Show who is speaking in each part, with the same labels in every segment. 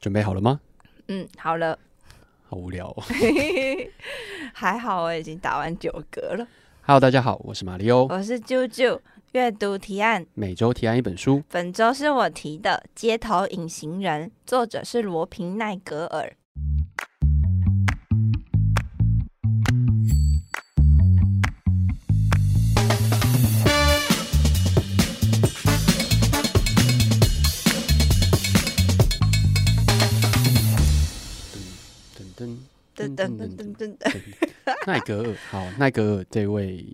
Speaker 1: 准备好了吗？
Speaker 2: 嗯，好了，
Speaker 1: 好无聊哦。
Speaker 2: 还好我已经打完九格了。
Speaker 1: Hello，大家好，我是马里欧。
Speaker 2: 我是啾啾，阅读提案，
Speaker 1: 每周提案一本 书，
Speaker 2: 本周是我提的《街头隐形人》，作者是罗平奈格尔。
Speaker 1: 噔噔
Speaker 2: 噔噔噔噔噔噔，
Speaker 1: 噔。奈格尔，好，奈格尔这位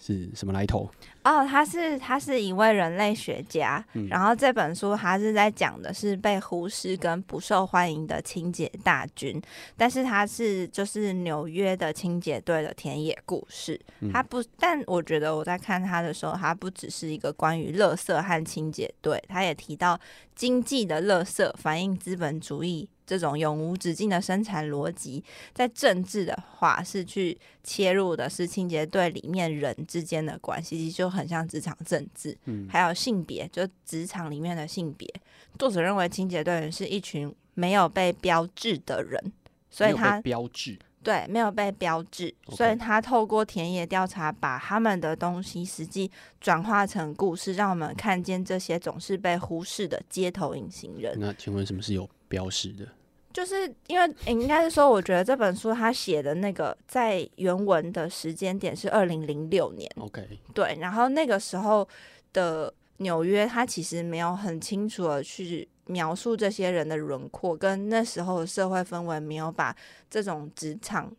Speaker 1: 是什么来头？
Speaker 2: 哦，他是他是一位人类学家，
Speaker 1: 嗯
Speaker 2: 然后这本书他是在讲的是被忽视跟不受欢迎的清洁大军，但是他是就是纽约的清洁队的田野故事。
Speaker 1: 嗯
Speaker 2: 他不，但我觉得我在看他的时候，他不只是一个关于垃圾和清洁队，他也提到经济的垃圾反映资本主义。这种永无止境的生产逻辑，在政治的话是去切入的是清洁队里面人之间的关系，其实就很像职场政治，
Speaker 1: 嗯
Speaker 2: 还有性别，就职场里面的性别。作者认为清洁队员是一群没有被标志的人，所以
Speaker 1: 没有被
Speaker 2: 他
Speaker 1: 标志，
Speaker 2: 对没有被标志，
Speaker 1: OK
Speaker 2: 所以他透过田野调查，把他们的东西实际转化成故事，让我们看见这些总是被忽视的街头隐形人。
Speaker 1: 那请问什么是有标识的？
Speaker 2: 就是因为、诶应该是说，我觉得这本书他写的那个在原文的时间点是二零零六年，
Speaker 1: OK，
Speaker 2: 对，然后那个时候的纽约，它其实没有很清楚的去描述这些人的轮廓，跟那时候的社会氛围没有把这种职场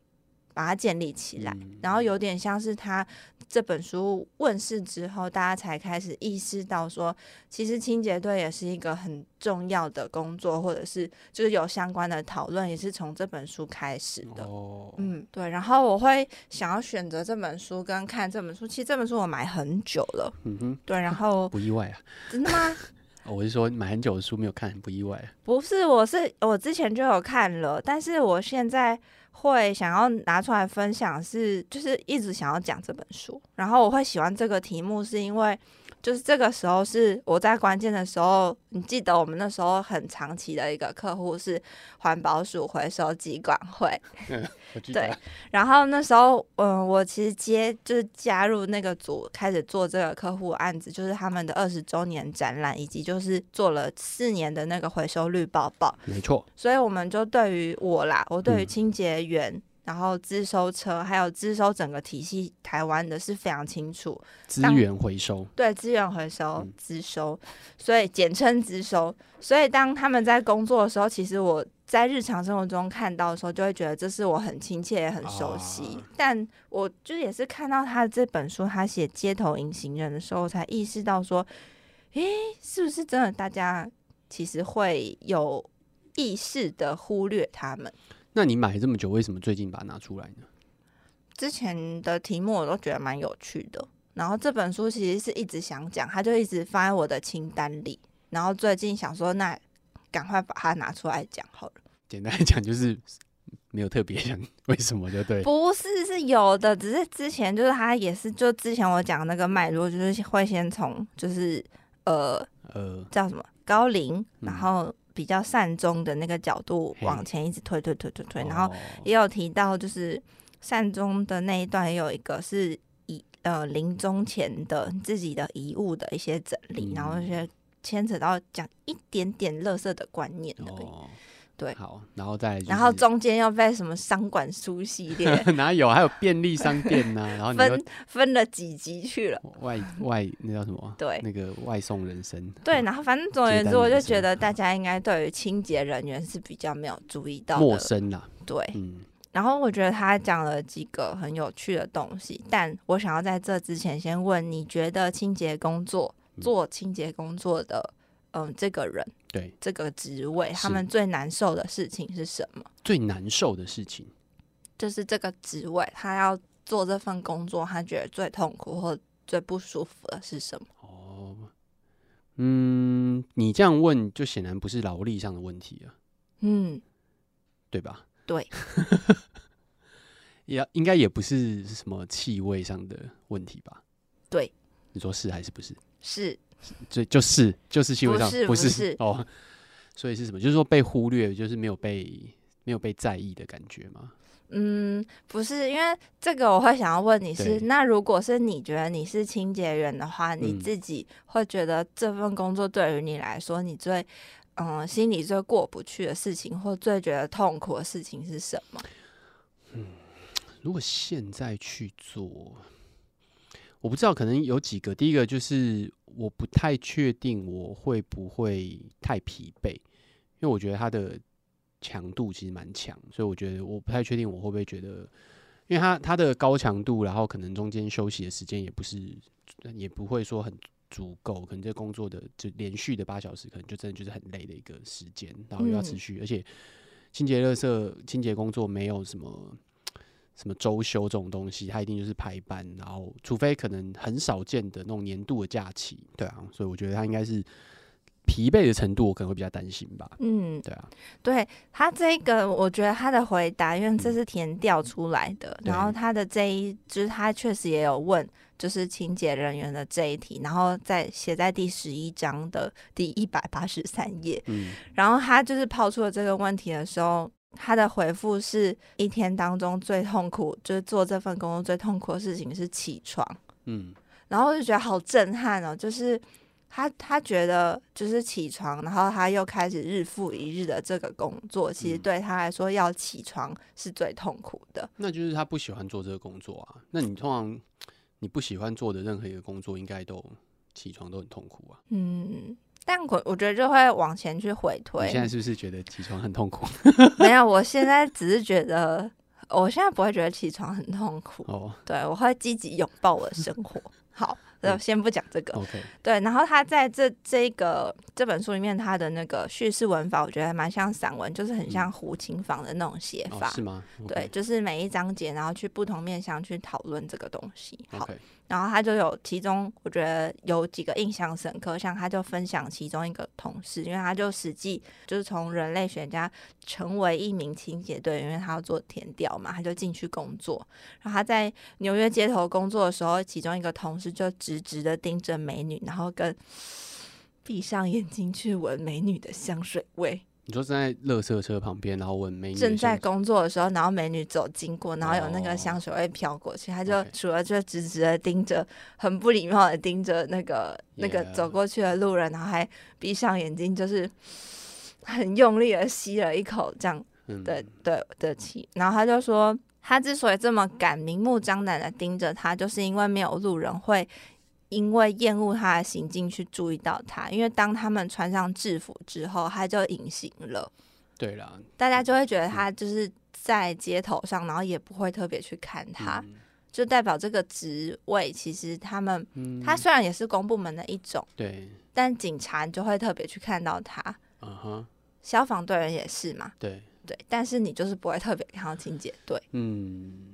Speaker 2: 把它建立起来，
Speaker 1: 嗯
Speaker 2: 然后有点像是他这本书问世之后，大家才开始意识到说，其实清洁队也是一个很重要的工作，或者是就是有相关的讨论，也是从这本书开始的。
Speaker 1: 哦，
Speaker 2: 嗯，对。然后我会想要选择这本书跟看这本书，其实这本书我买很久了，
Speaker 1: 嗯哼，
Speaker 2: 对。然 后
Speaker 1: 不意外啊。
Speaker 2: 真的吗？
Speaker 1: 哦我是说买很久的书没有看，不意外啊。
Speaker 2: 不是，我是我之前就有看了，但是我现在会想要拿出来分享是，就是一直想要讲这本书。然后我会喜欢这个题目，是因为就是这个时候是我在关键的时候，你记得我们那时候很长期的一个客户是环保署回收机管会，
Speaker 1: 我记
Speaker 2: 对，然后那时候，嗯，我其实接就是加入那个组，开始做这个客户案子，就是他们的二十周年展览，以及就是做了四年的那个回收率报告。
Speaker 1: 没错，
Speaker 2: 所以我们就对于我啦，我对于
Speaker 1: 嗯
Speaker 2: 清洁员，然后自收车，还有自收整个体系台湾的是非常清楚。
Speaker 1: 资
Speaker 2: 当
Speaker 1: 源回收，
Speaker 2: 对资源回收
Speaker 1: 嗯、
Speaker 2: 资收，所以简称资收。所以当他们在工作的时候，其实我在日常生活中看到的时候，就会觉得这是我很亲切也很熟悉。
Speaker 1: 啊
Speaker 2: 但我就也是看到他这本书，他写街头隐形人的时候，我才意识到说，诶，是不是真的大家其实会有意识的忽略他们？
Speaker 1: 那你买这么久，为什么最近把它拿出来呢？
Speaker 2: 之前的题目我都觉得蛮有趣的，然后这本书其实是一直想讲，它就一直放在我的清单里，然后最近想说那赶快把它拿出来讲好了。
Speaker 1: 简单来讲就是没有特别想为什么就对，
Speaker 2: 不是是有的，只是之前就是它也是就之前我讲那个脉络，就是会先从就是呃
Speaker 1: 呃，
Speaker 2: 叫什么高龄，
Speaker 1: 嗯
Speaker 2: 然后比较善终的那个角度
Speaker 1: 嘿
Speaker 2: 往前一直推推推推推，然后
Speaker 1: 哦
Speaker 2: 也有提到，就是善终的那一段，也有一个是遗呃临终前的自己的遗物的一些整理，
Speaker 1: 嗯
Speaker 2: 然后一些牵扯到讲一点点垃圾的观念而已。
Speaker 1: 哦，
Speaker 2: 对
Speaker 1: 好，然后再来就是
Speaker 2: 然后中间又被什么商管书 系列
Speaker 1: 哪有还有便利商店 呐、哦然后你
Speaker 2: 分
Speaker 1: 又
Speaker 2: 分了几集去了。
Speaker 1: 外外那叫什么？啊
Speaker 2: 对
Speaker 1: 那个外送人生。
Speaker 2: 对，，然后反正总而言之，
Speaker 1: 接单
Speaker 2: 我就
Speaker 1: 女生
Speaker 2: 觉得大家应该对于清洁人员是比较没有注意到
Speaker 1: 陌
Speaker 2: 的。哎
Speaker 1: 生啦，
Speaker 2: 对，
Speaker 1: 嗯，
Speaker 2: 然后我觉得他讲了几个很有趣的东西，但我想要在这之前先问，你觉得清洁工作
Speaker 1: 嗯
Speaker 2: 做清洁工作的，嗯，这个人
Speaker 1: 对，
Speaker 2: 这个职位，
Speaker 1: 是
Speaker 2: 他们最难受的事情是什么？
Speaker 1: 最难受的事情，
Speaker 2: 就是这个职位，他要做这份工作，他觉得最痛苦或最不舒服的是什么？
Speaker 1: 哦，嗯，你这样问就显然不是劳力上的问题啊，
Speaker 2: 嗯，
Speaker 1: 对吧？
Speaker 2: 对，
Speaker 1: 也应该也不是什么气味上的问题吧？
Speaker 2: 对，
Speaker 1: 你说是还是不是？
Speaker 2: 是
Speaker 1: 这就是就是气味
Speaker 2: 不
Speaker 1: 上
Speaker 2: 是不是
Speaker 1: 哦，所以是什么？就是说被忽略，就是没有被没有被在意的感觉吗？
Speaker 2: 嗯，不是，因为这个我会想要问你是，
Speaker 1: 对
Speaker 2: 那如果是你觉得你是清洁员的话，你
Speaker 1: 嗯
Speaker 2: 自己会觉得这份工作对于你来说，你最嗯、心里最过不去的事情，或最觉得痛苦的事情是什么？
Speaker 1: 如果现在去做，我不知道，可能有几个。第一个就是我不太确定我会不会太疲惫，因为我觉得它的强度其实蛮强，所以我觉得我不太确定我会不会觉得，因为它它的高强度，然后可能中间休息的时间也不是，也不会说很。足够，可能这工作的就连续的八小时，可能就真的就是很累的一个时间，然后又要持
Speaker 2: 嗯
Speaker 1: 续，而且清洁、垃圾、清洁工作没有什么什么周休这种东西，它一定就是排班，然后除非可能很少见的那种年度的假期，对啊，所以我觉得它应该是疲惫的程度，我可能会比较担心吧，
Speaker 2: 嗯，
Speaker 1: 对啊，
Speaker 2: 对他这个，我觉得他的回答，因为这是填调出来的，
Speaker 1: 嗯对
Speaker 2: 然后他的这一，就是他确实也有问，就是清洁人员的这一题，然后在写在第十一章的第一百八十三页，
Speaker 1: 嗯，
Speaker 2: 然后他就是抛出了这个问题的时候。他的回复是一天当中最痛苦，就是做这份工作最痛苦的事情是起床。
Speaker 1: 嗯，
Speaker 2: 然后我就觉得好震撼哦，就是他他觉得就是起床，然后他又开始日复一日的这个工作，其实
Speaker 1: 嗯
Speaker 2: 对他来说要起床是最痛苦的。
Speaker 1: 那就是他不喜欢做这个工作啊。那你通常你不喜欢做的任何一个工作，应该都起床都很痛苦啊。
Speaker 2: 嗯，但我我觉得就会往前去回推
Speaker 1: 你。现在是不是觉得起床很痛苦？
Speaker 2: 没有，我现在只是觉得，我现在不会觉得起床很痛苦，
Speaker 1: 哦
Speaker 2: 对我会积极拥抱我的生活。好，那
Speaker 1: 嗯
Speaker 2: 先不讲这个。
Speaker 1: ，OK，
Speaker 2: 对，然后他在这这个这本书里面，他的那个叙事文法，我觉得还蛮像散文，就是很像胡琴坊的那种写
Speaker 1: 嗯哦
Speaker 2: 法。
Speaker 1: 是吗？
Speaker 2: 对，就是每一章节，然后去不同面向去讨论这个东西。好，
Speaker 1: ，OK，
Speaker 2: 然后他就有其中，我觉得有几个印象深刻，像他就分享其中一个同事，因为他就实际就是从人类学家成为一名清洁队，因为他要做填调嘛，他就进去工作。然后他在纽约街头工作的时候，其中一个同事就直直的盯着美女，然后跟 闭上眼睛去闻美女的香水味。
Speaker 1: 你说站在垃圾车旁边，然后问美女的
Speaker 2: 正在
Speaker 1: 先生
Speaker 2: 工作的时候，然后美女走经过，然后有那
Speaker 1: 哦
Speaker 2: 个香水味飘过去，他就
Speaker 1: OK
Speaker 2: 除了就直直的盯着，很不礼貌的盯着那个那个
Speaker 1: Yeah
Speaker 2: 走过去的路人，然后还闭上眼睛，就是 很用力的吸了一口这样
Speaker 1: 嗯
Speaker 2: 的的的气，然后他就说，他之所以这么敢明目张胆的盯着他，就是因为没有路人会。因为厌恶他的行径去注意到他，因为当他们穿上制服之后，他就隐形了。
Speaker 1: 对啦，
Speaker 2: 大家就会觉得他就是在街头上，然后也不会特别去看他，
Speaker 1: 嗯
Speaker 2: 就代表这个职位其实他们、
Speaker 1: 嗯，
Speaker 2: 他虽然也是公部门的一种，
Speaker 1: 对，
Speaker 2: 但警察就会特别去看到他，
Speaker 1: 嗯哼，
Speaker 2: 消防队员也是嘛，
Speaker 1: 对，
Speaker 2: 对，但是你就是不会特别看到清洁队，
Speaker 1: 嗯，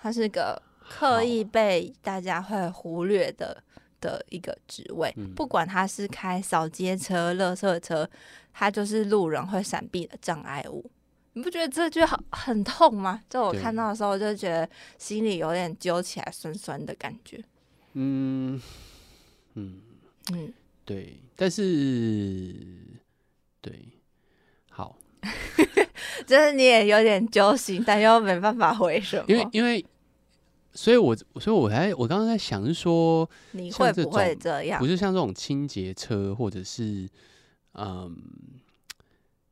Speaker 2: 他是个刻意被大家会忽略的。的一个职位，
Speaker 1: 嗯
Speaker 2: 不管他是开扫街车、垃圾车，他就是路人会闪避的障碍物。你不觉得这句好很痛吗？就我
Speaker 1: 对
Speaker 2: 看到的时候，我就觉得心里有点揪起来，酸酸的感觉。
Speaker 1: 嗯，嗯，
Speaker 2: 嗯，
Speaker 1: 对，但是对，好，
Speaker 2: 就是你也有点揪心，但又没办法回什么。
Speaker 1: 因为因为，所以我所以我还我刚刚在想是说，
Speaker 2: 你
Speaker 1: 像
Speaker 2: 会
Speaker 1: 这
Speaker 2: 不会
Speaker 1: 种
Speaker 2: 这样
Speaker 1: 不？是像这种清洁车或者是嗯。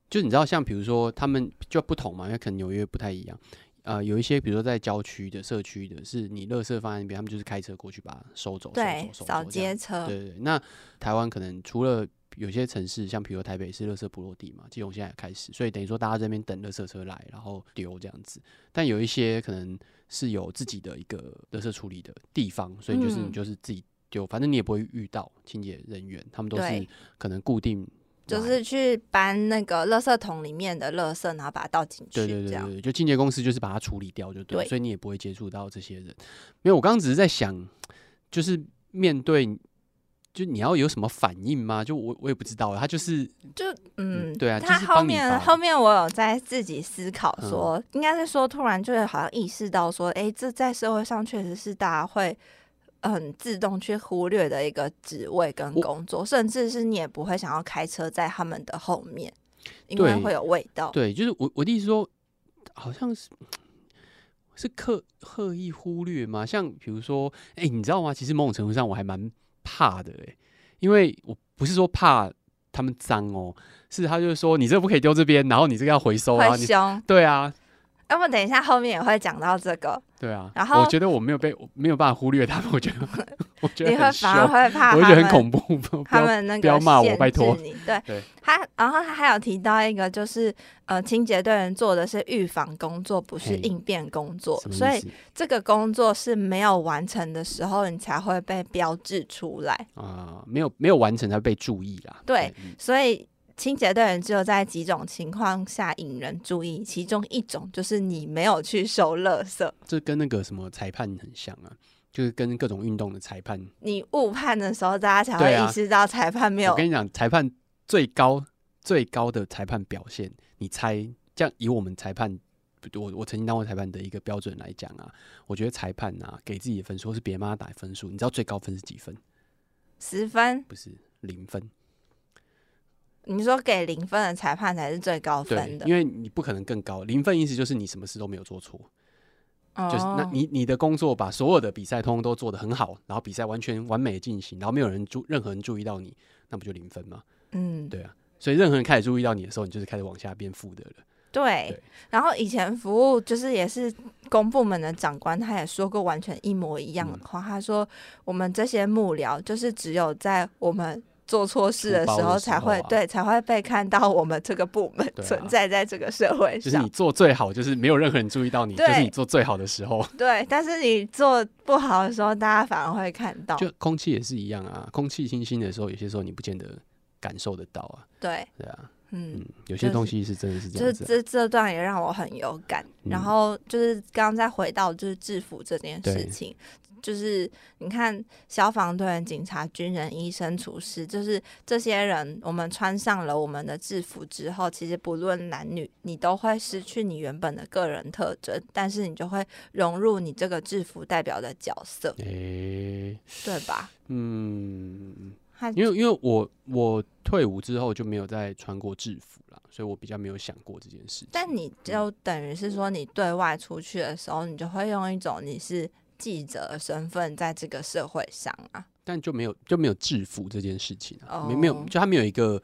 Speaker 1: 就你知道，像比如说，他们就不同嘛，因为可能纽约不太一样。呃，有一些比如说在郊区的社区的，是你垃圾放在那边，他们就是开车过去把它收走，收
Speaker 2: 对
Speaker 1: 走，收
Speaker 2: 扫
Speaker 1: 走这样
Speaker 2: 街车，
Speaker 1: 对对对，那台湾可能除了有些城市，像比如台北是垃圾不落地嘛，基隆现在也开始，所以等于说大家这边等垃圾车来，然后丢这样子。但有一些可能是有自己的一个垃圾处理的地方，所以就是
Speaker 2: 嗯
Speaker 1: 你就是自己丢，反正你也不会遇到清洁人员，他们都是
Speaker 2: 对
Speaker 1: 可能固定
Speaker 2: 就
Speaker 1: 来
Speaker 2: 是去搬那个垃圾桶里面的垃圾，然后把它倒进去，
Speaker 1: 对对
Speaker 2: 这
Speaker 1: 对
Speaker 2: 样。
Speaker 1: 对，就清洁公司就是把它处理掉就对了，
Speaker 2: 对
Speaker 1: 所以你也不会接触到这些人。没有，我刚刚只是在想，就是面对，就你要有什么反应吗？就我我也不知道，欸他就是
Speaker 2: 就嗯，
Speaker 1: 对啊
Speaker 2: 他
Speaker 1: 就是
Speaker 2: 后
Speaker 1: 帮你
Speaker 2: 面
Speaker 1: 把嗯
Speaker 2: 后面我有在自己思考说，应该是说突然就是好像意识到说，哎、这在社会上确实是大家会很自动去忽略的一个职位跟
Speaker 1: 我
Speaker 2: 工作，甚至是你也不会想要开车在他们的后面。因为
Speaker 1: 对
Speaker 2: 会有味道。
Speaker 1: 对，就是我我的意思说，好像是是刻刻意忽略吗？像比如说，哎、你知道吗？其实某种程度上我还蛮怕的、哎，因为我不是说怕他们脏哦，是他就是说你这不可以丢这边，然后你这个要回收啊，
Speaker 2: 会
Speaker 1: 你
Speaker 2: 凶，
Speaker 1: 对啊。
Speaker 2: 要不等一下后面也会讲到这个，
Speaker 1: 对啊，
Speaker 2: 然
Speaker 1: 我
Speaker 2: 后
Speaker 1: 觉得我没有被我没有办法忽略他们， 我觉得我觉得
Speaker 2: 你会
Speaker 1: 很
Speaker 2: 反而
Speaker 1: 凶，
Speaker 2: 会怕
Speaker 1: 我会觉
Speaker 2: 他
Speaker 1: 得很
Speaker 2: 们
Speaker 1: 恐怖。 不
Speaker 2: 他
Speaker 1: 要
Speaker 2: 们那个
Speaker 1: 不要骂我
Speaker 2: 限
Speaker 1: 拜托
Speaker 2: 制你。对，
Speaker 1: 对
Speaker 2: 他，然后他还有提到一个，就是呃，清洁队人做的是预防工作，不是
Speaker 1: 嘿
Speaker 2: 应变工作
Speaker 1: 什，么
Speaker 2: 所
Speaker 1: 意
Speaker 2: 以
Speaker 1: 思
Speaker 2: 这个工作是没有完成的时候，你才会被标志出来。
Speaker 1: 啊、没有没有完成才被注意啦。
Speaker 2: 对
Speaker 1: 嗯
Speaker 2: 所以清洁队人只有在几种情况下引人注意，其中一种就是你没有去收垃圾，
Speaker 1: 这跟那个什么裁判很像啊，就是跟各种运动的裁判。
Speaker 2: 你误判的时候，大家才
Speaker 1: 对
Speaker 2: 会
Speaker 1: 啊
Speaker 2: 意识到裁判没有
Speaker 1: 我跟你讲，裁判最高最高的裁判表现，你猜？这样以我们裁判，我我曾经当过裁判的一个标准来讲啊，我觉得裁判啊给自己的分数或是别人帮他打分数，你知道最高分是几分？
Speaker 2: 十分。
Speaker 1: 不是零分。
Speaker 2: 你说给零分的裁判才是最高分
Speaker 1: 对，
Speaker 2: 的，
Speaker 1: 因为你不可能更高。零分意思就是你什么事都没有做错，
Speaker 2: 哦
Speaker 1: 就是那你你的工作把所有的比赛通通都做得很好，然后比赛完全完美地进行，然后没有人注任何人注意到你，那不就零分吗？
Speaker 2: 嗯
Speaker 1: 对啊，所以任何人开始注意到你的时候，你就是开始往下变负的了。
Speaker 2: 对
Speaker 1: 对
Speaker 2: 然后以前服务就是也是公部门的长官，他也说过完全一模一样的
Speaker 1: 嗯
Speaker 2: 话。他说我们这些幕僚就是只有在我们做错事的
Speaker 1: 出
Speaker 2: 时
Speaker 1: 包
Speaker 2: 候
Speaker 1: 的时
Speaker 2: 才会、
Speaker 1: 候啊
Speaker 2: 对才会被看到我们这个部门
Speaker 1: 对啊
Speaker 2: 存在在这个社会
Speaker 1: 就是
Speaker 2: 上。
Speaker 1: 你做最好，就是没有任何人注意到你，
Speaker 2: 啊对
Speaker 1: 就是你做最好的时候。
Speaker 2: 对，但是你做不好的时候，大家反而会看到。
Speaker 1: 就空气也是一样啊，空气清新的时候，有些时候你不见得感受得到啊，
Speaker 2: 对，
Speaker 1: 对啊，
Speaker 2: 嗯
Speaker 1: 嗯，，有些
Speaker 2: 就是
Speaker 1: 东西是真的是这
Speaker 2: 就是
Speaker 1: 样子啊、
Speaker 2: 这这段也让我很有感。然
Speaker 1: 嗯
Speaker 2: 后就是刚刚再回到就是制服这件事
Speaker 1: 对
Speaker 2: 情，就是你看消防队员、警察、军人、医生、厨师，就是这些人，我们穿上了我们的制服之后，其实不论男女，你都会失去你原本的个人特征，但是你就会融入你这个制服代表的角色，
Speaker 1: 诶、
Speaker 2: 对吧？
Speaker 1: 嗯，
Speaker 2: 他
Speaker 1: 因为因为我我退伍之后就没有再穿过制服啦，所以我比较没有想过这件事情。
Speaker 2: 但你
Speaker 1: 嗯
Speaker 2: 就等于是说，你对外出去的时候，你就会用一种你是记者的身份在这个社会上啊。
Speaker 1: 但就没有就没有制服这件事情啊，没没有
Speaker 2: 哦
Speaker 1: 就它没有一个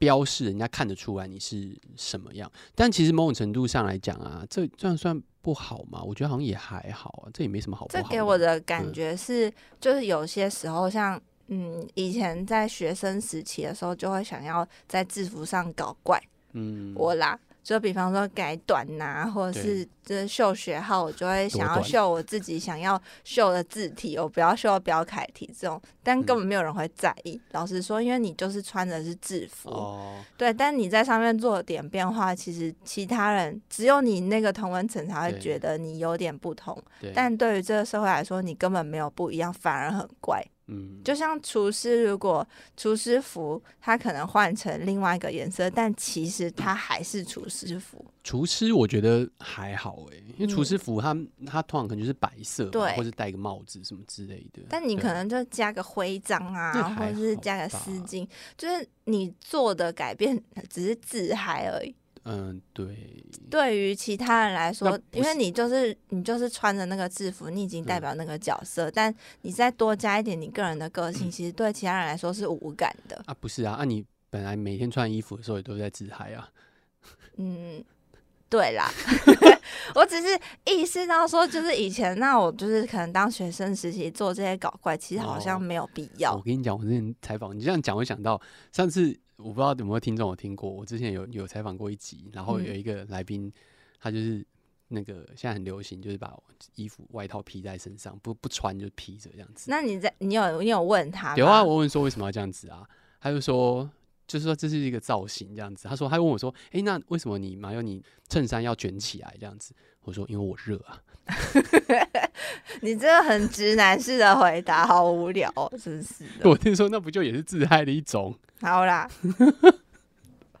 Speaker 1: 标示，人家看得出来你是什么样。但其实某种程度上来讲啊，这这样算不好吗？我觉得好像也还好啊，这也没什么好不
Speaker 2: 这
Speaker 1: 好。
Speaker 2: 给我，的感觉是，就是有些时候像。嗯，以前在学生时期的时候，就会想要在制服上搞怪
Speaker 1: 嗯，
Speaker 2: 我啦，就比方说改短呐、或者是就是秀学号，我就会想要
Speaker 1: 短
Speaker 2: 秀我自己想要秀的字体，我不要秀标楷体这种，
Speaker 1: 嗯
Speaker 2: 但根本没有人会在意。老实说，因为你就是穿的是制服，
Speaker 1: 哦，
Speaker 2: 对，但你在上面做点变化，其实其他人只有你那个同文层才会
Speaker 1: 对
Speaker 2: 觉得你有点不同，
Speaker 1: 对，
Speaker 2: 但对于这个社会来说，你根本没有不一样，反而很怪。
Speaker 1: 嗯，
Speaker 2: 就像厨师，如果厨师服他可能换成另外一个颜色，但其实他还是厨师服。
Speaker 1: 厨师我觉得还好诶、因为
Speaker 2: 嗯
Speaker 1: 厨师服它它通常可能就是白色嘛，
Speaker 2: 对
Speaker 1: 或者戴个帽子什么之类的。
Speaker 2: 但你
Speaker 1: 对啊
Speaker 2: 可能就加个徽章
Speaker 1: 那
Speaker 2: 啊，或
Speaker 1: 还
Speaker 2: 者是
Speaker 1: 好
Speaker 2: 加个
Speaker 1: 吧
Speaker 2: 丝巾，就是你做的改变只是自嗨而已。
Speaker 1: 嗯，对，
Speaker 2: 对于其他人来
Speaker 1: 那
Speaker 2: 说
Speaker 1: 不，
Speaker 2: 因为
Speaker 1: 是
Speaker 2: 你就是你就是穿着那个制服，你已经
Speaker 1: 嗯
Speaker 2: 代表那个角色，但你再多加一点你个人的个 性，其实对其他人来说是无感的。
Speaker 1: 啊，不是啊，啊，你本来每天穿衣服的时候也都在自嗨啊，
Speaker 2: 嗯，对 啦，我只是意识到说，就是以前那我就是可能当学生时期做这些搞怪，其实好像
Speaker 1: 哦
Speaker 2: 没有必要。
Speaker 1: 我跟你讲，我之前采访你这样讲，我想到上次我不知道有没有听众有听过，我之前有有采访过一集，然后
Speaker 2: 嗯
Speaker 1: 有一个来宾，他就是那个现在很流行，就是把衣服外套披在身上，不不穿就披着这样子。
Speaker 2: 那你在你有你有问他
Speaker 1: 有啊，
Speaker 2: 吗
Speaker 1: 我问说为什么要这样子啊，他就说。就是说这是一个造型这样子，他说他问我说，诶，那为什么你马有你衬衫要卷起来这样子？我说因为我热啊，
Speaker 2: 你这个很直男式的回答，好无聊哦，真是的。
Speaker 1: 我就说那不就也是自嗨的一种？
Speaker 2: 好啦，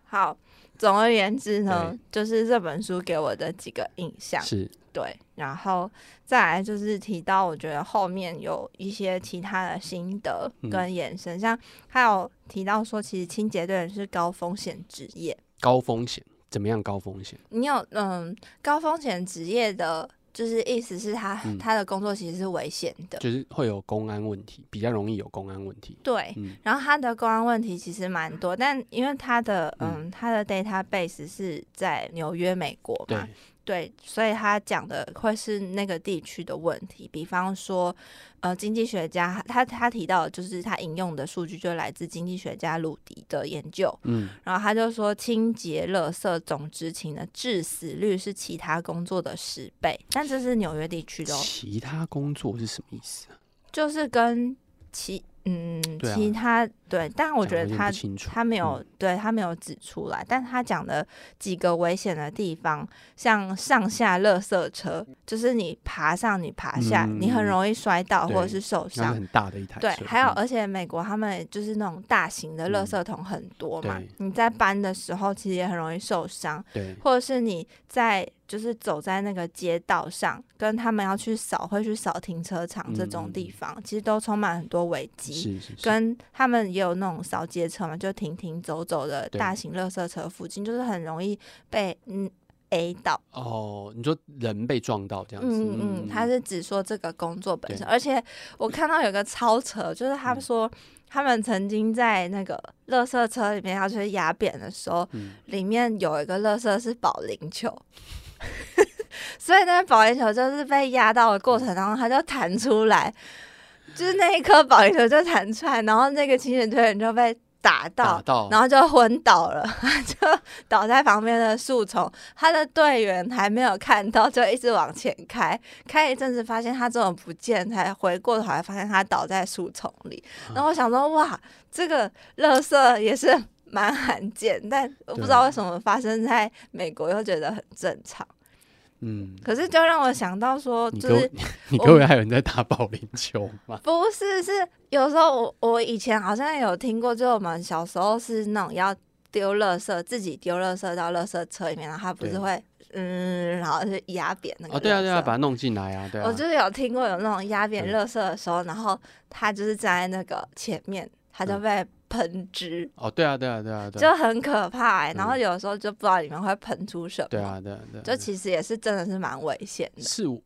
Speaker 2: 好。总而言之呢，就是这本书给我的几个印象，
Speaker 1: 是，
Speaker 2: 对，然后再来就是提到，我觉得后面有一些其他的心得
Speaker 1: 嗯
Speaker 2: 跟延伸，像还有提到说，其实清洁队员是高风险职业，
Speaker 1: 高风险，怎么样高风险？
Speaker 2: 你有嗯高风险职业的，就是意思是他、
Speaker 1: 嗯
Speaker 2: 他的工作其实是危险的，
Speaker 1: 就是会有公安问题，比较容易有公安问题。
Speaker 2: 对。
Speaker 1: 嗯，
Speaker 2: 然后他的公安问题其实蛮多，但因为他的嗯他的 database 是在纽约美国
Speaker 1: 对
Speaker 2: 嘛，，对，所以他讲的会是那个地区的问题，比方说，呃，经济学家他他提到的就是他引用的数据就来自经济学家鲁迪的研究，
Speaker 1: 嗯
Speaker 2: 然后他就说清洁垃圾总执勤的致死率是其他工作的十倍，但这是纽约地区的、哦，
Speaker 1: 其他工作是什么意思啊？
Speaker 2: 就是跟其嗯、
Speaker 1: 对啊
Speaker 2: 其他对，但我
Speaker 1: 讲
Speaker 2: 觉
Speaker 1: 有
Speaker 2: 得
Speaker 1: 点
Speaker 2: 他
Speaker 1: 不清楚，
Speaker 2: 他没有、对他没有指出来，但他讲的几个危险的地方，像上下垃圾车，就是你爬上你爬下，
Speaker 1: 嗯
Speaker 2: 你很容易摔倒
Speaker 1: 对
Speaker 2: 或者是受
Speaker 1: 那是
Speaker 2: 伤。
Speaker 1: 很大的一台
Speaker 2: 对
Speaker 1: 车，
Speaker 2: 还有，
Speaker 1: 嗯
Speaker 2: 而且美国他们就是那种大型的垃圾桶很多嘛，
Speaker 1: 对
Speaker 2: 你在搬的时候其实也很容易受伤，
Speaker 1: 对
Speaker 2: 或者是你在就是走在那个街道上，跟他们要去扫会去扫停车场这种地
Speaker 1: 嗯
Speaker 2: 方，其实都充满很多危机。
Speaker 1: 是是是，
Speaker 2: 跟他们也有那种扫街车嘛，就停停走走的
Speaker 1: 对
Speaker 2: 大型垃圾车附近，就是很容易被嗯 A 到。
Speaker 1: 哦，你说人被撞到这样子，
Speaker 2: 嗯嗯，他是只说这个工作本身，
Speaker 1: 对
Speaker 2: 而且我看到有个超扯，就是他
Speaker 1: 嗯
Speaker 2: 说他们曾经在那个垃圾车里面要去压扁的时候，
Speaker 1: 嗯
Speaker 2: 里面有一个垃圾是保龄球。 所以那个保龄球就是被压到的过程当中，它就弹出来，就是那一颗保龄球就弹出来，然后那个清洁队员就被打到
Speaker 1: 打，到，
Speaker 2: 然后就昏倒了， 他就倒在旁边的树丛。他的队员还没有看到， 就一直往前开，开一阵子发现他怎么不见，才回过头来发现他倒在树丛里。然后我想说，哇，这个垃圾也是蛮罕见，但我不知道为什么发生在美国又觉得很正常。
Speaker 1: 嗯，
Speaker 2: 可是就让我想到说，
Speaker 1: 你
Speaker 2: 就
Speaker 1: 各
Speaker 2: 是
Speaker 1: 位 你各位还有人在打保龄球吗？
Speaker 2: 不是，是有时候我我以前好像有听过，就我们小时候是那种要丢垃圾，自己丢垃圾到垃圾车里面，然后它不是
Speaker 1: 对
Speaker 2: 会嗯，然后就压扁那个。
Speaker 1: 哦，对啊对啊，把它。弄进来啊，对啊，
Speaker 2: 我就是有听过有那种压扁
Speaker 1: 对
Speaker 2: 垃圾的时候，然后他就是站在那个前面，他就
Speaker 1: 嗯
Speaker 2: 被喷汁，
Speaker 1: 哦，对啊对啊对啊对
Speaker 2: 就
Speaker 1: 啊，
Speaker 2: 很可怕、欸。然后
Speaker 1: 嗯
Speaker 2: 有时候就不知道里面会喷出什么。
Speaker 1: 对啊对啊对啊，
Speaker 2: 就其实也是真的是蛮危险的。
Speaker 1: 是我，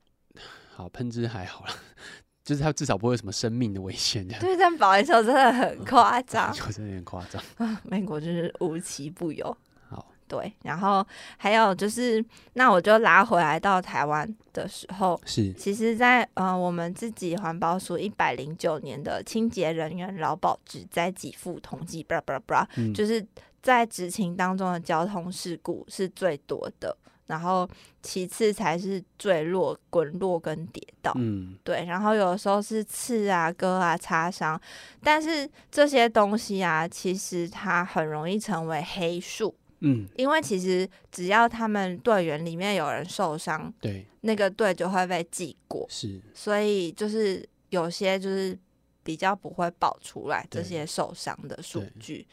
Speaker 1: 好喷汁还好啦， 就是它至少不会有什么生命的危险这样。，
Speaker 2: 对，但保龄球真的很夸张
Speaker 1: 我真的有点夸张。
Speaker 2: 美国就是无奇不有。
Speaker 1: 好，
Speaker 2: 对，然后还有就是，那我就拉回来到台湾的时候，
Speaker 1: 是
Speaker 2: 其实在，呃我们自己环保署一百零九年的清洁人员劳保职灾给付统计，巴拉巴拉巴拉，
Speaker 1: 嗯
Speaker 2: 就是在执勤当中的交通事故是最多的，然后其次才是坠落、滚落跟跌倒。
Speaker 1: 嗯，
Speaker 2: 对，然后有的时候是刺啊、割啊、擦伤，但是这些东西啊，其实它很容易成为黑数。
Speaker 1: 嗯，
Speaker 2: 因为其实只要他们队员里面有人受伤，
Speaker 1: 对，
Speaker 2: 那个队就会被记过，
Speaker 1: 是
Speaker 2: 所以就是有些就是比较不会爆出来这
Speaker 1: 对
Speaker 2: 些受伤的数
Speaker 1: 对
Speaker 2: 据。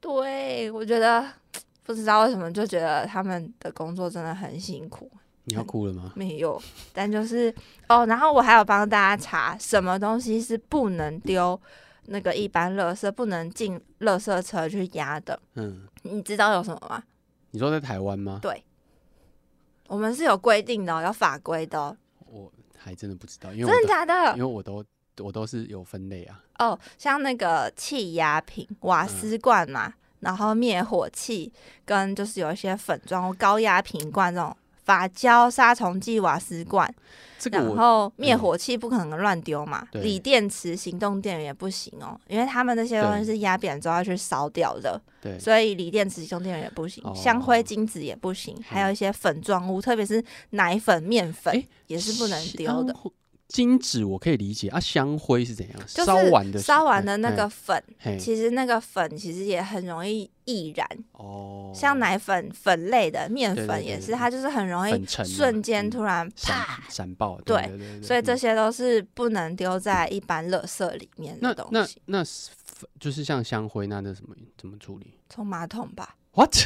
Speaker 2: 对，我觉得不知道为什么就觉得他们的工作真的很辛苦，
Speaker 1: 你要哭了吗？
Speaker 2: 没有，但就是哦，然后我还有帮大家查什么东西是不能丢那个一般垃圾，不能进垃圾车去压的，
Speaker 1: 嗯，
Speaker 2: 你知道有什么吗？
Speaker 1: 你说在台湾吗？
Speaker 2: 我们是有规定的、哦，有法规的、哦，
Speaker 1: 我还真的不知道，因为
Speaker 2: 真的
Speaker 1: 我
Speaker 2: 假
Speaker 1: 都因
Speaker 2: 的？
Speaker 1: 为我都我都是有分类啊。
Speaker 2: 哦，像那个气压瓶、瓦斯罐嘛，然后灭火器跟就是有一些粉状、高压瓶罐这种发胶、杀虫剂、瓦斯罐，
Speaker 1: 这个
Speaker 2: 然
Speaker 1: 我
Speaker 2: 后灭
Speaker 1: 嗯
Speaker 2: 火器不可能乱丢嘛，
Speaker 1: 对
Speaker 2: 锂电池、行动电源也不行哦，因为他们那些东西
Speaker 1: 对
Speaker 2: 是压扁之后要去烧掉的，
Speaker 1: 对
Speaker 2: 所以锂电池、行动电源也不行，
Speaker 1: 哦嗯
Speaker 2: 香灰、金子也不行，还有一些粉状物，特别是奶粉、面粉
Speaker 1: 诶
Speaker 2: 也是不能丢的
Speaker 1: 香。灰。金纸我可以理解啊，香灰是怎样？
Speaker 2: 就是
Speaker 1: 烧完的时
Speaker 2: 烧完
Speaker 1: 嘿
Speaker 2: 的那个
Speaker 1: 嘿
Speaker 2: 粉，
Speaker 1: 嘿
Speaker 2: 其实那个粉其实也很容易易燃，
Speaker 1: 哦，
Speaker 2: 像奶粉粉类的面
Speaker 1: 对对
Speaker 2: 粉
Speaker 1: 对
Speaker 2: 也是，
Speaker 1: 对
Speaker 2: 它就是很容易
Speaker 1: 粉尘啊
Speaker 2: 瞬间
Speaker 1: 嗯
Speaker 2: 突然
Speaker 1: 闪
Speaker 2: 啪。
Speaker 1: 闪爆，
Speaker 2: 对
Speaker 1: 对对，
Speaker 2: 所以这
Speaker 1: 嗯
Speaker 2: 些都是不能丢在一般垃圾里面的
Speaker 1: 那
Speaker 2: 东
Speaker 1: 那
Speaker 2: 西，
Speaker 1: 那是就是像香灰，那那什么怎么处理？
Speaker 2: 冲马桶吧。
Speaker 1: What？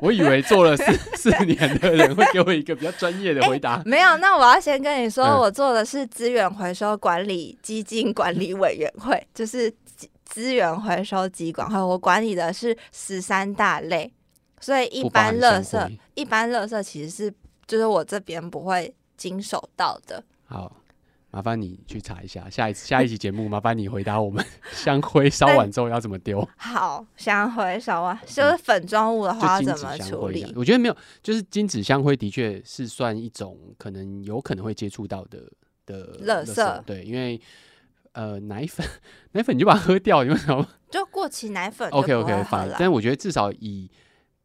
Speaker 1: 我以为做了 四四年的人会给我一个比较专业的回答。
Speaker 2: 没有，那我要先跟你说，
Speaker 1: 嗯
Speaker 2: 我做的是资源回收管理基金管理委员会，就是资资源回收及管会，我管理的是十三大类，所以一
Speaker 1: 不包
Speaker 2: 般
Speaker 1: 含
Speaker 2: 垃
Speaker 1: 香
Speaker 2: 圾
Speaker 1: 灰，
Speaker 2: 一般垃圾其实是就是我这边不会经手到的。
Speaker 1: 好，麻烦你去查一下，下一次下一期节目麻烦你回答我们香灰烧
Speaker 2: 但
Speaker 1: 完之后要怎么 丢，
Speaker 2: 好，香回收啊，就是粉状物的话
Speaker 1: 嗯就金
Speaker 2: 要怎
Speaker 1: 纸
Speaker 2: 么
Speaker 1: 香
Speaker 2: 处
Speaker 1: 灰这
Speaker 2: 理
Speaker 1: 样。？我觉得没有，就是金纸香灰的确是算一种可能有可能会接触到的的
Speaker 2: 垃圾
Speaker 1: 对，因为。呃，奶粉， 奶粉你就把它喝掉，你为什么
Speaker 2: 就过期奶粉就
Speaker 1: OK
Speaker 2: 不
Speaker 1: OK
Speaker 2: 会
Speaker 1: f
Speaker 2: 喝
Speaker 1: i
Speaker 2: 了。
Speaker 1: 但我觉得至少以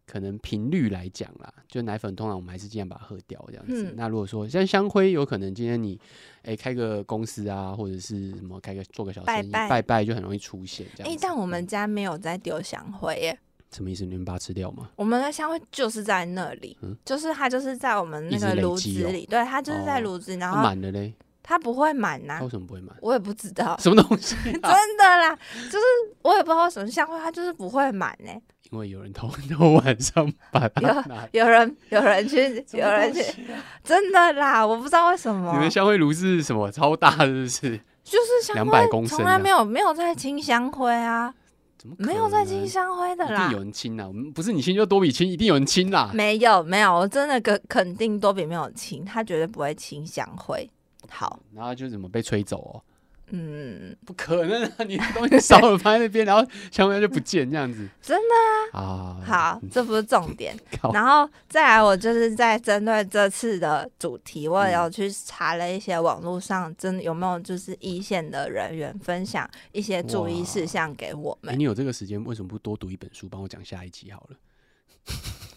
Speaker 1: 可能频率来讲啦，就奶粉通常我们还是尽量把它喝掉这样子。
Speaker 2: 嗯
Speaker 1: 那如果说像香灰，有可能今天你哎、开个公司啊，或者是什么开个做个小
Speaker 2: 拜
Speaker 1: 生意
Speaker 2: 拜
Speaker 1: 拜拜就很容易出现这
Speaker 2: 哎、
Speaker 1: 样子。
Speaker 2: 但我们
Speaker 1: 嗯
Speaker 2: 家没有在丢香灰耶，
Speaker 1: 什么意思？你们把它吃掉吗？
Speaker 2: 我们的香灰就是在那里，
Speaker 1: 嗯
Speaker 2: 就是它就是在我们那
Speaker 1: 一直
Speaker 2: 个
Speaker 1: 累
Speaker 2: 炉子
Speaker 1: 积哦
Speaker 2: 里，对，它就是在
Speaker 1: 哦
Speaker 2: 炉子，然
Speaker 1: 它
Speaker 2: 后啊
Speaker 1: 满了嘞，
Speaker 2: 它不会满呐、
Speaker 1: 它为什么不会满？
Speaker 2: 我也不知道，
Speaker 1: 什么东西啊、
Speaker 2: 真的啦，就是我也不知道为什么香灰它就是不会满呢、
Speaker 1: 因为有人偷偷晚上啊把 它
Speaker 2: 有
Speaker 1: 拿。
Speaker 2: 有人有人去，
Speaker 1: 什么
Speaker 2: 有人
Speaker 1: 东
Speaker 2: 去，
Speaker 1: 西啊
Speaker 2: 真的啦，我不知道为什么
Speaker 1: 你，们香灰炉是什么超大的？是不是？
Speaker 2: 就是香
Speaker 1: 200公
Speaker 2: 灰
Speaker 1: 升
Speaker 2: 从来
Speaker 1: 的
Speaker 2: 没有没有在清香灰啊，
Speaker 1: 怎么可
Speaker 2: 没有在
Speaker 1: 能啊
Speaker 2: 清香灰的
Speaker 1: 一定
Speaker 2: 啦
Speaker 1: 有。人亲啦，我们不是你亲就多比亲，一定有人亲啦。
Speaker 2: 没有没有，我真的肯肯定多比没有清，他绝对不会清香灰。好，
Speaker 1: 然后就怎么被吹走哦？
Speaker 2: 嗯，
Speaker 1: 不可能啊！你的东西少了放在那边，然后香味就不见这样子。
Speaker 2: 真
Speaker 1: 的啊？
Speaker 2: 好，这不是重点。
Speaker 1: 好，
Speaker 2: 然后再来，我就是在针对这次的主题，
Speaker 1: 嗯
Speaker 2: 我也有去查了一些网络上真的有没有就是一线的人员分享一些注意事项给我
Speaker 1: 哎，
Speaker 2: 们。
Speaker 1: 你有这个时间，为什么不多读一本书，帮我讲下一集好了？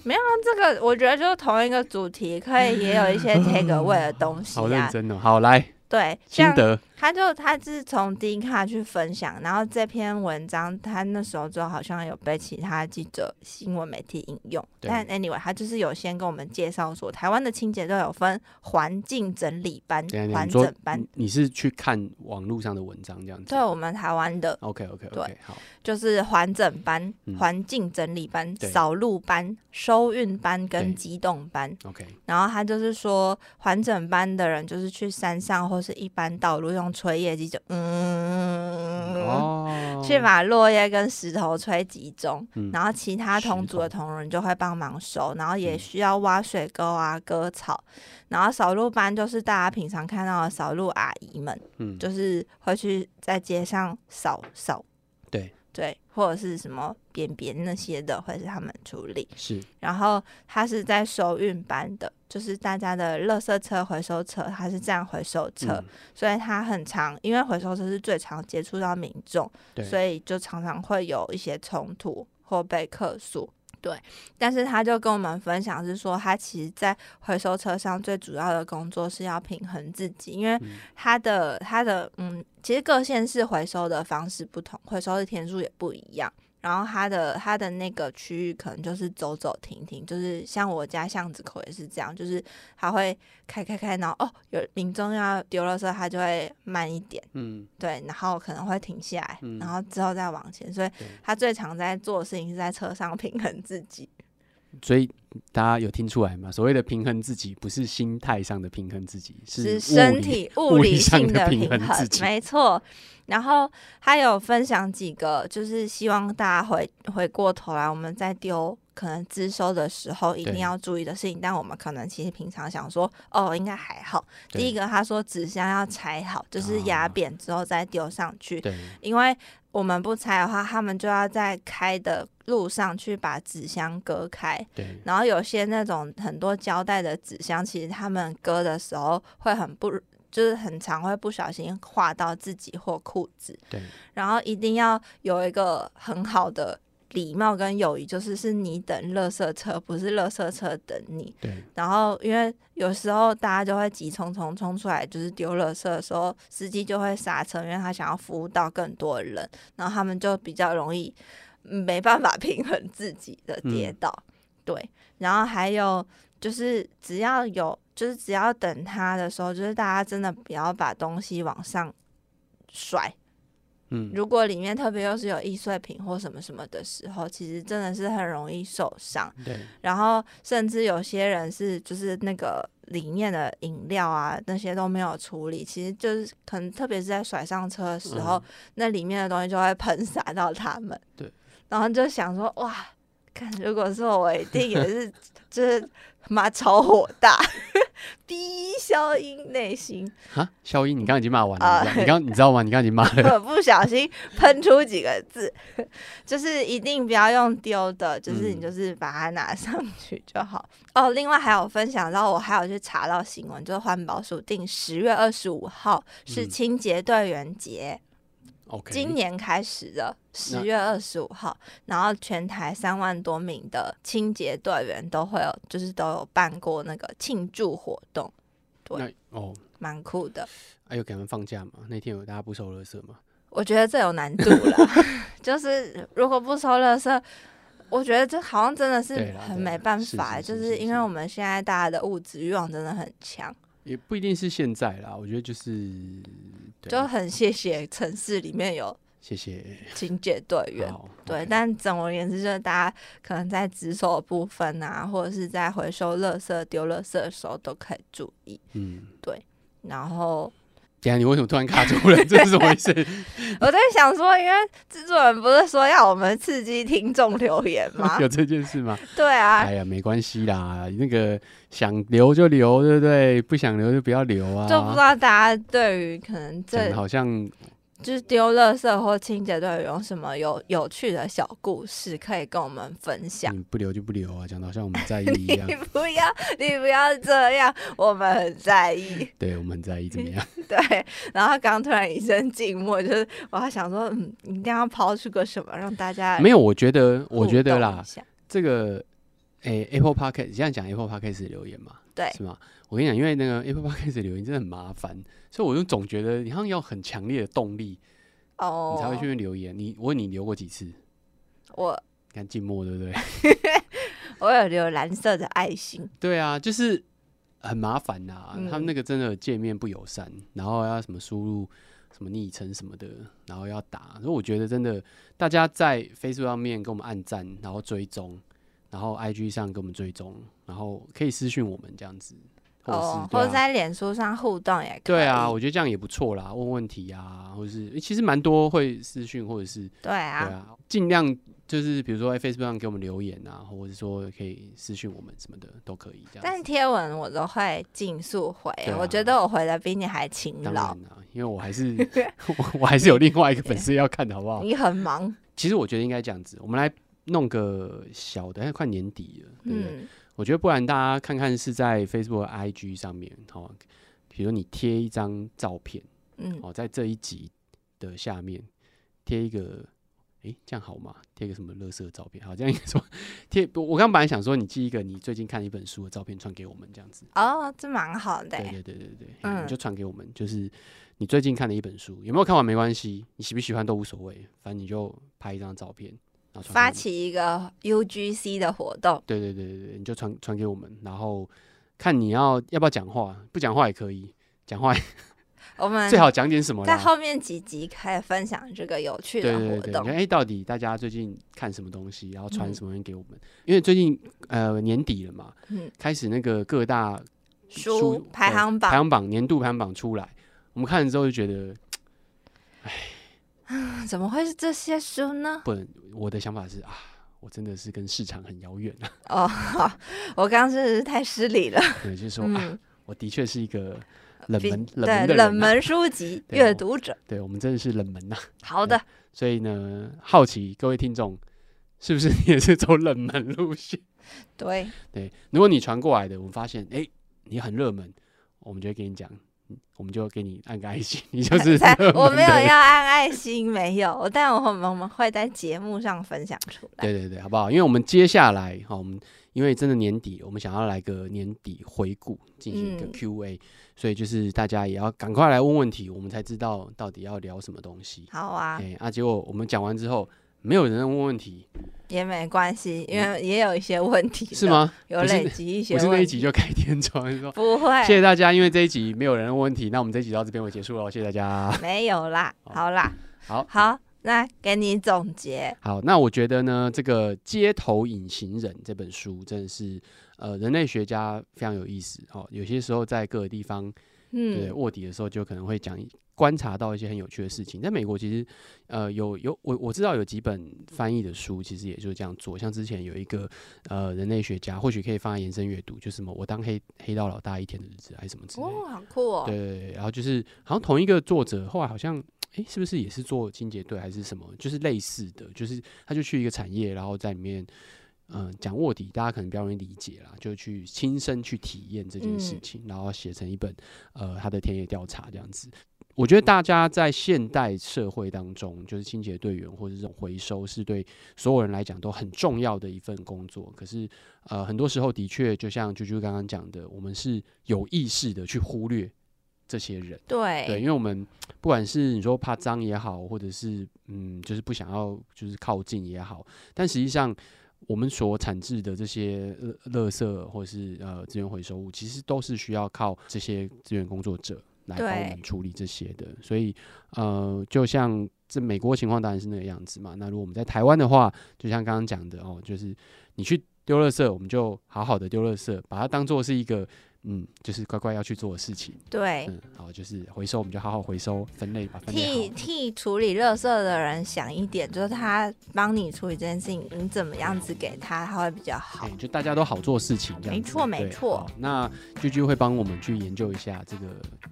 Speaker 2: 那这个我觉得就是同一个主题，可以也有一 些 take away 的东西
Speaker 1: 好认
Speaker 2: 啊。
Speaker 1: 真哦。好，来，
Speaker 2: 对，
Speaker 1: 心
Speaker 2: 像
Speaker 1: 得
Speaker 2: 他就他是从 D 卡去分享，然后这篇文章他那时候就好像有被其他记者、新闻媒体引用，
Speaker 1: 对
Speaker 2: 但 anyway 他就是有先跟我们介绍说，台湾的清洁队有分环境整理班
Speaker 1: 等一下、等一下啊
Speaker 2: 完
Speaker 1: 你说
Speaker 2: 整班
Speaker 1: 你，你是去看网络上的文章这样子
Speaker 2: 对？我们台湾的
Speaker 1: o k OK OK，好，
Speaker 2: 就是环整班、
Speaker 1: 嗯
Speaker 2: 环境整理班、
Speaker 1: 对
Speaker 2: 扫路班、收运班
Speaker 1: 对
Speaker 2: 跟机动班。
Speaker 1: OK，
Speaker 2: 然后他就是说，环整班的人就是去山上或是一般道路用吹叶机就嗯
Speaker 1: 哦，
Speaker 2: 去把落叶跟石头吹集中，
Speaker 1: 嗯
Speaker 2: 然后其他同组的
Speaker 1: 石
Speaker 2: 同仁就会帮忙收，然后也
Speaker 1: 嗯
Speaker 2: 需要挖水沟啊、割草，然后扫路班就是大家平常看到的扫路阿姨们，
Speaker 1: 嗯，
Speaker 2: 就是会去在街上扫扫，
Speaker 1: 对
Speaker 2: 对，或者是什么便便那些的，会是他们处理。
Speaker 1: 是
Speaker 2: 然后他是在收运班的，就是大家的垃圾车、回收车，他是这样回收车，
Speaker 1: 嗯
Speaker 2: 所以他很常，因为回收车是最常接触到民众。
Speaker 1: 对，
Speaker 2: 所以就常常会有一些冲突或被客诉。对，但是他就跟我们分享是说，他其实在回收车上最主要的工作是要平衡自己，因为
Speaker 1: 嗯
Speaker 2: 他的他的嗯，其实各县市回收的方式不同，回收的天数也不一样。然后他的他的那个区域可能就是走走停停，就是像我家巷子口也是这样，就是他会开开开，然后哦有民众要丢了时候，他就会慢一点。
Speaker 1: 嗯，
Speaker 2: 对，然后可能会停下来，
Speaker 1: 嗯
Speaker 2: 然后之后再往前。所以
Speaker 1: 对
Speaker 2: 他最常在做的事情是在车上平衡自己。
Speaker 1: 所以大家有听出来吗？所谓的平衡自己，不是心态上的平衡自己，
Speaker 2: 是
Speaker 1: 物理
Speaker 2: 身体
Speaker 1: 物理
Speaker 2: 理
Speaker 1: 上
Speaker 2: 性
Speaker 1: 的平
Speaker 2: 平
Speaker 1: 衡自己
Speaker 2: 没错。然后他有分享几个，就是希望大家回回过头来，我们在丢可能自收的时候一定
Speaker 1: 对
Speaker 2: 要注意的事情，但我们可能其实平常想说，哦，应该还好。第一
Speaker 1: 个
Speaker 2: 个，他说纸箱要拆好，就是压
Speaker 1: 啊
Speaker 2: 扁之后再丢上去，
Speaker 1: 对
Speaker 2: 因为我们不拆的话，他们就要在开的路上去把纸箱割开。
Speaker 1: 对
Speaker 2: 然后有些那种很多胶带的纸箱，其实他们割的时候会很不，就是很常会不小心划到自己或裤子。
Speaker 1: 对，
Speaker 2: 然后一定要有一个很好的礼貌跟友谊，就是是你等垃圾车，不是垃圾车等你。
Speaker 1: 对，
Speaker 2: 然后因为有时候大家就会急匆匆冲出来，就是丢垃圾的时候，司机就会刹车，因为他想要服务到更多的人，然后他们就比较容易嗯没办法 平衡自己的跌倒。对，然后还有就是只要有就是只要等他的时候，就是大家真的不要把东西往上甩，
Speaker 1: 嗯，
Speaker 2: 如果里面特别又是有易碎品或什么什么的时候，其实真的是很容易受伤。
Speaker 1: 对，
Speaker 2: 然后甚至有些人是就是那个里面的饮料啊那些都没有处理，其实就是可能特别是在甩上车的时候，
Speaker 1: 嗯
Speaker 2: 那里面的东西就会喷洒到他们。
Speaker 1: 对，
Speaker 2: 然后就想说哇，看如果是我，我一定也是 就是妈超火大， 第一消音内心，
Speaker 1: 哈，肖一，你刚刚已经骂完了，
Speaker 2: 啊
Speaker 1: 你知道你刚你知道吗？你刚刚已经骂 了，
Speaker 2: 我不小心喷出几个字， 就是一定不要用丢的，就是你
Speaker 1: 嗯
Speaker 2: 就是把它拿上去就好。哦，另外还有分享到，我还有去查到新闻，就是环保署定十月二十五号是
Speaker 1: 嗯
Speaker 2: 清洁队员节，
Speaker 1: 哦 OK，
Speaker 2: 今年开始的
Speaker 1: 那
Speaker 2: 十月二十五号，然后全台三万多名的清洁队员都会有，就是都有办过那个庆祝活动，
Speaker 1: 那哦，
Speaker 2: 蛮酷的。
Speaker 1: 哎、有给他们放假嘛？那天有大家不收垃圾嘛？
Speaker 2: 我觉得这有难度了， 就是如果不收垃圾，我觉得这好像真的
Speaker 1: 对
Speaker 2: 是
Speaker 1: 啦
Speaker 2: 很
Speaker 1: 对啦
Speaker 2: 没办
Speaker 1: 是
Speaker 2: 法，欸
Speaker 1: 是
Speaker 2: 就是是
Speaker 1: 是
Speaker 2: 因为
Speaker 1: 是
Speaker 2: 我们现在大家的物质欲望真的很强，
Speaker 1: 也不一定是现在啦，我觉得就是，对
Speaker 2: 就
Speaker 1: 啊，
Speaker 2: 很谢谢城市里面有
Speaker 1: 谢谢，
Speaker 2: 清洁队员。
Speaker 1: 好，
Speaker 2: 对，
Speaker 1: OK
Speaker 2: 但总而言之，就是大家可能在值守的部分啊，或者是在回收垃圾、丢垃圾的时候都可以注意。
Speaker 1: 嗯，
Speaker 2: 然后
Speaker 1: 等一下你为什么突然卡住了？这 是什么意思？
Speaker 2: 我在想说，因为制作人不是说要我们刺激听众留言 吗？
Speaker 1: 有这件事吗？
Speaker 2: 对啊，
Speaker 1: 哎呀，没关系啦，那个想留就留，对不对？不想留就不要留啊。
Speaker 2: 就不知道大家对于可能
Speaker 1: 讲
Speaker 2: 这
Speaker 1: 得好像
Speaker 2: 就是丢垃圾或清洁队有什么有有趣的小故事可以跟我们分享。
Speaker 1: 你不留就不留啊，讲的好像我们在意一样
Speaker 2: 你。不要，你不要这样，我们很在意。
Speaker 1: 对，我们很在意怎么样？
Speaker 2: 对，然后刚突然一阵静默，就是我还想说，嗯，一定要抛出个什么让大家
Speaker 1: 没有，我觉得，我
Speaker 2: 互
Speaker 1: 觉得
Speaker 2: 动
Speaker 1: 啦
Speaker 2: 一，下，
Speaker 1: 这个，诶 a p p l e Podcast，你现在讲 Apple Podcast 的留言嘛，
Speaker 2: 对
Speaker 1: 是吗？我跟你讲，因为那个 Apple Podcast 的留言真的很麻烦，所以我就总觉得你好像要很强烈的动力，
Speaker 2: 哦，
Speaker 1: 你才会去留言。你我问你留过几次？你
Speaker 2: 我
Speaker 1: 看静默，对不对？
Speaker 2: 我有留蓝色的爱心，
Speaker 1: 对啊，就是很麻烦呐、他们
Speaker 2: 嗯
Speaker 1: 那个真的界面不友善，然后要什么输入什么昵称什么的，然后要打。所以我觉得真的，大家在 Facebook 上面给我们按赞，然后追踪，然后 IG 上给我们追踪，然后可以私讯我们这样子，或者是、
Speaker 2: 哦，
Speaker 1: 对
Speaker 2: 或
Speaker 1: 啊
Speaker 2: 者在脸书上互动也可以，
Speaker 1: 对啊，我觉得这样也不错啦，问问题啊，或者是、诶其实蛮多会私讯或者是
Speaker 2: 对啊，
Speaker 1: 对啊，尽量就是比如说在 Facebook 上给我们留言啊，或者是说可以私讯我们什么的都可以这样子。
Speaker 2: 但贴文我都会尽速回、
Speaker 1: 对啊
Speaker 2: 我觉得我回的比你还勤
Speaker 1: 当然
Speaker 2: 劳
Speaker 1: 啦，，因为我还 是我我还是有另外一个粉丝要看的，好不好？
Speaker 2: 你很忙，
Speaker 1: 其实我觉得应该这样子，我们来弄个小的，因为快年底了， 对不对？
Speaker 2: 嗯，
Speaker 1: 我觉得不然大家看看是在 Facebook、IG 上面，好、哦，比如你贴一张照片，
Speaker 2: 嗯，
Speaker 1: 哦，在这一集的下面贴一个，诶，这样好吗？贴个什么乐色照片？好，这样应该说 贴。我刚本来想说你寄一个你最近看一本书的照片传给我们，这样子。
Speaker 2: 哦，这蛮好的、
Speaker 1: 对对对对对，嗯、
Speaker 2: 嗯
Speaker 1: 你就传给我们，就是你最近看的一本书，有没有看完没关系，你喜不喜欢都无所谓，反正你就拍一张照片，然后传给我
Speaker 2: 发
Speaker 1: 们。
Speaker 2: 起一个 UGC 的活动，
Speaker 1: 对对对对对，你就传传给我们，然后看你要要不要讲话，不讲话也可以，讲话也
Speaker 2: 我们
Speaker 1: 最好讲点什么
Speaker 2: 嗯在
Speaker 1: 啦。
Speaker 2: 后面几集可以分享这个有趣
Speaker 1: 对
Speaker 2: 的
Speaker 1: 对
Speaker 2: 活
Speaker 1: 对对，
Speaker 2: 动
Speaker 1: 你看。哎、到底大家最近看什么东西，然后传
Speaker 2: 嗯
Speaker 1: 什么东西给我们？因为最近呃年底了嘛，
Speaker 2: 嗯
Speaker 1: 开始那个各大
Speaker 2: 书排
Speaker 1: 对
Speaker 2: 行
Speaker 1: 排
Speaker 2: 榜
Speaker 1: 行榜、年度排行榜出来，我们看了之后就觉得，
Speaker 2: 怎么会是这些书呢？
Speaker 1: 不能，我的想法是啊，我真的是跟市场很遥远啊。
Speaker 2: 哦， 好我刚刚真的是太失礼了。
Speaker 1: 对，就是说、啊，
Speaker 2: 嗯，
Speaker 1: 我的确是一个冷
Speaker 2: 比
Speaker 1: 门冷
Speaker 2: 对
Speaker 1: 门的人、啊、
Speaker 2: 冷，门书籍
Speaker 1: 对
Speaker 2: 阅
Speaker 1: 我
Speaker 2: 读者。
Speaker 1: 对我们真的是冷门呐、
Speaker 2: 好的，
Speaker 1: 所以呢，好奇各位听众，是不 是你也是走冷门路线？
Speaker 2: 对，
Speaker 1: 对，如果你传过来的，我们发现哎、诶你很热门，我们就会跟你讲，嗯我们就给你按个爱心，你就是
Speaker 2: 在
Speaker 1: 热
Speaker 2: 我
Speaker 1: 门
Speaker 2: 没有
Speaker 1: 的人
Speaker 2: 要按爱心，没有，但我们我们会在节目上分享出来。
Speaker 1: 对对对，好不好？因为我们接下来哈、我们因为真的年底，我们想要来个年底回顾，进行一个
Speaker 2: 嗯
Speaker 1: Q&A，、所以就是大家也要赶快来问问题，我们才知道到底要聊什么东西。
Speaker 2: 好啊，
Speaker 1: 哎、啊，结果我们讲完之后，没有人问问题，
Speaker 2: 也没关系，因为也有一些问题的
Speaker 1: 嗯是？吗？
Speaker 2: 有
Speaker 1: 不是
Speaker 2: 累
Speaker 1: 那
Speaker 2: 积一些
Speaker 1: 我是那
Speaker 2: 问
Speaker 1: 一集
Speaker 2: 题，
Speaker 1: 就开天窗说，
Speaker 2: 不会，
Speaker 1: 谢谢大家，因为这一集没有人问问题，那我们这一集到这边为结束了，谢谢大家。
Speaker 2: 没有啦，
Speaker 1: 好
Speaker 2: 好啦，
Speaker 1: 好
Speaker 2: 好，那给你总结。
Speaker 1: 好，那我觉得呢，这个《街头隐形人》这本书真的是呃人类学家非常有意思哦。有些时候在各个地方对
Speaker 2: 嗯，
Speaker 1: 卧底的时候，就可能会讲观察到一些很有趣的事情。在美国，其实呃有有我我知道有几本翻译的书，其实也就是这样做。像之前有一个呃人类学家，或许可以放在延伸阅读，就是什么我当黑黑道老大一天的日子，还是什么之类的。
Speaker 2: 哦，好酷哦。
Speaker 1: 对对对，然后就是好像同一个作者，后来好像诶，是不是也是做清洁队还是什么，就是类似的，就是他就去一个产业，然后在里面嗯、呃讲卧底，大家可能比较容易理解啦，就去亲身去体验这件事
Speaker 2: 嗯
Speaker 1: 情，然后写成一本呃他的田野调查这样子。我觉得大家在现代社会当中，就是清洁队员或者这种回收，是对所有人来讲都很重要的一份工作。可是，呃，很多时候的确，就像啾啾刚刚讲的，我们是有意识的去忽略这些人。
Speaker 2: 对
Speaker 1: 对，因为我们不管是你说怕脏也好，或者是嗯，就是不想要就是靠近也好，但实际上我们所产制的这些垃垃圾或是呃资源回收物，其实都是需要靠这些资源工作者来帮我
Speaker 2: 对
Speaker 1: 们处理这些的。所以呃，就像这美国情况当然是那个样子嘛。那如果我们在台湾的话，就像刚刚讲的哦，就是你去丢垃圾，我们就好好的丢垃圾，把它当做是一个。嗯，就是乖乖要去做的事情。
Speaker 2: 对，
Speaker 1: 嗯，好，就是回收，我们就好好回收，分类把分
Speaker 2: 替
Speaker 1: 类好。
Speaker 2: 替处理垃圾的人想一点，就是他帮你处理这件事情，你怎么样子给他，他会比较好
Speaker 1: 哎、。就大家都好做事情，这样
Speaker 2: 没
Speaker 1: 子
Speaker 2: 错没
Speaker 1: 对
Speaker 2: 错
Speaker 1: 好那啾啾会帮我们去研究一下这个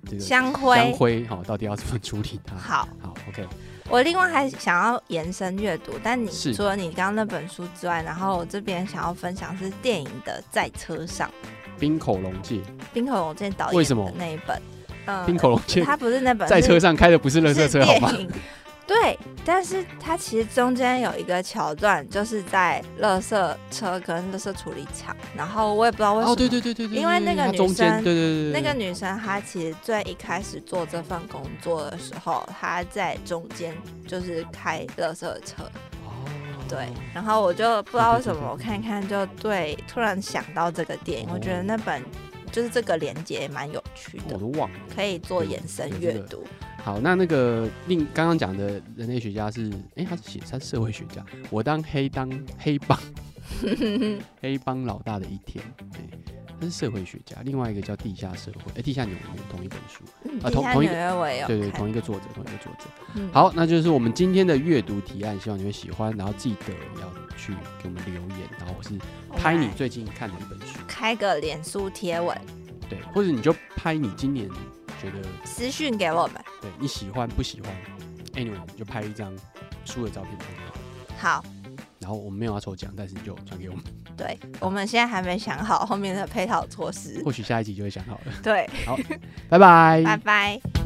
Speaker 1: 这个
Speaker 2: 香
Speaker 1: 香
Speaker 2: 灰，
Speaker 1: 灰，好、到底要怎么处理它？
Speaker 2: 好，
Speaker 1: 好，OK，
Speaker 2: 我另外还想要延伸阅读，但你
Speaker 1: 是
Speaker 2: 除了你刚刚那本书之外，然后我这边想要分享是电影的《在车上
Speaker 1: 冰口龙介，》，
Speaker 2: 冰口龙介导
Speaker 1: 为
Speaker 2: 演
Speaker 1: 什么
Speaker 2: 的那一本。嗯
Speaker 1: 冰口龙介
Speaker 2: 他不是那本
Speaker 1: 在车
Speaker 2: 是
Speaker 1: 上开的不是垃圾车，
Speaker 2: 是
Speaker 1: 好吗？
Speaker 2: 电影。对，但是它其实中间有一个桥段，就是在垃圾车跟垃圾处理厂，然后我也不知道为什么，
Speaker 1: 哦，对对对对对，
Speaker 2: 因为
Speaker 1: 对
Speaker 2: 那个
Speaker 1: 它
Speaker 2: 女
Speaker 1: 中间，
Speaker 2: 生
Speaker 1: 对对对对，
Speaker 2: 那个
Speaker 1: 对
Speaker 2: 女生她其实最一开始做这份工作的时候，她在中间就是开垃圾车，
Speaker 1: 哦
Speaker 2: 对，然后我就不知道为什
Speaker 1: 对对对
Speaker 2: 么，我
Speaker 1: 对
Speaker 2: 看一看就对，突然想到这个电影，我
Speaker 1: 哦
Speaker 2: 觉得那本就是这个连接蛮有趣
Speaker 1: 我
Speaker 2: 的，
Speaker 1: 都忘了。
Speaker 2: 可以做延伸阅读。
Speaker 1: 好，那那个另刚刚讲的人类学家是，哎、他是写他是社会学家，我当黑当黑帮黑帮老大的一天，哎、他是社会学家，另外一个叫地下社会，哎、地下纽约同一本书，
Speaker 2: 嗯，
Speaker 1: 啊
Speaker 2: 地
Speaker 1: 同
Speaker 2: 下
Speaker 1: 同一
Speaker 2: 纽
Speaker 1: 个
Speaker 2: 约我也有
Speaker 1: 对对，
Speaker 2: 看，
Speaker 1: 同一个作者，同一个作者。
Speaker 2: 嗯，
Speaker 1: 好，那就是我们今天的阅读提案，希望你会喜欢，然后记得要去给我们留言，然后我是
Speaker 2: 我
Speaker 1: 拍你
Speaker 2: 来
Speaker 1: 最近看的一本书，
Speaker 2: 开个脸书贴文
Speaker 1: 对，或者你就拍你今年觉得
Speaker 2: 私讯给我们，
Speaker 1: 对你喜欢不喜欢，anyway 你就拍一张书的照片传给我。
Speaker 2: 好，
Speaker 1: 然后我们没有要抽奖，但是你就传给我们，
Speaker 2: 对我们现在还没想好后面的配套措施，
Speaker 1: 或许下一集就会想好了。
Speaker 2: 对，
Speaker 1: 拜拜，
Speaker 2: 拜拜。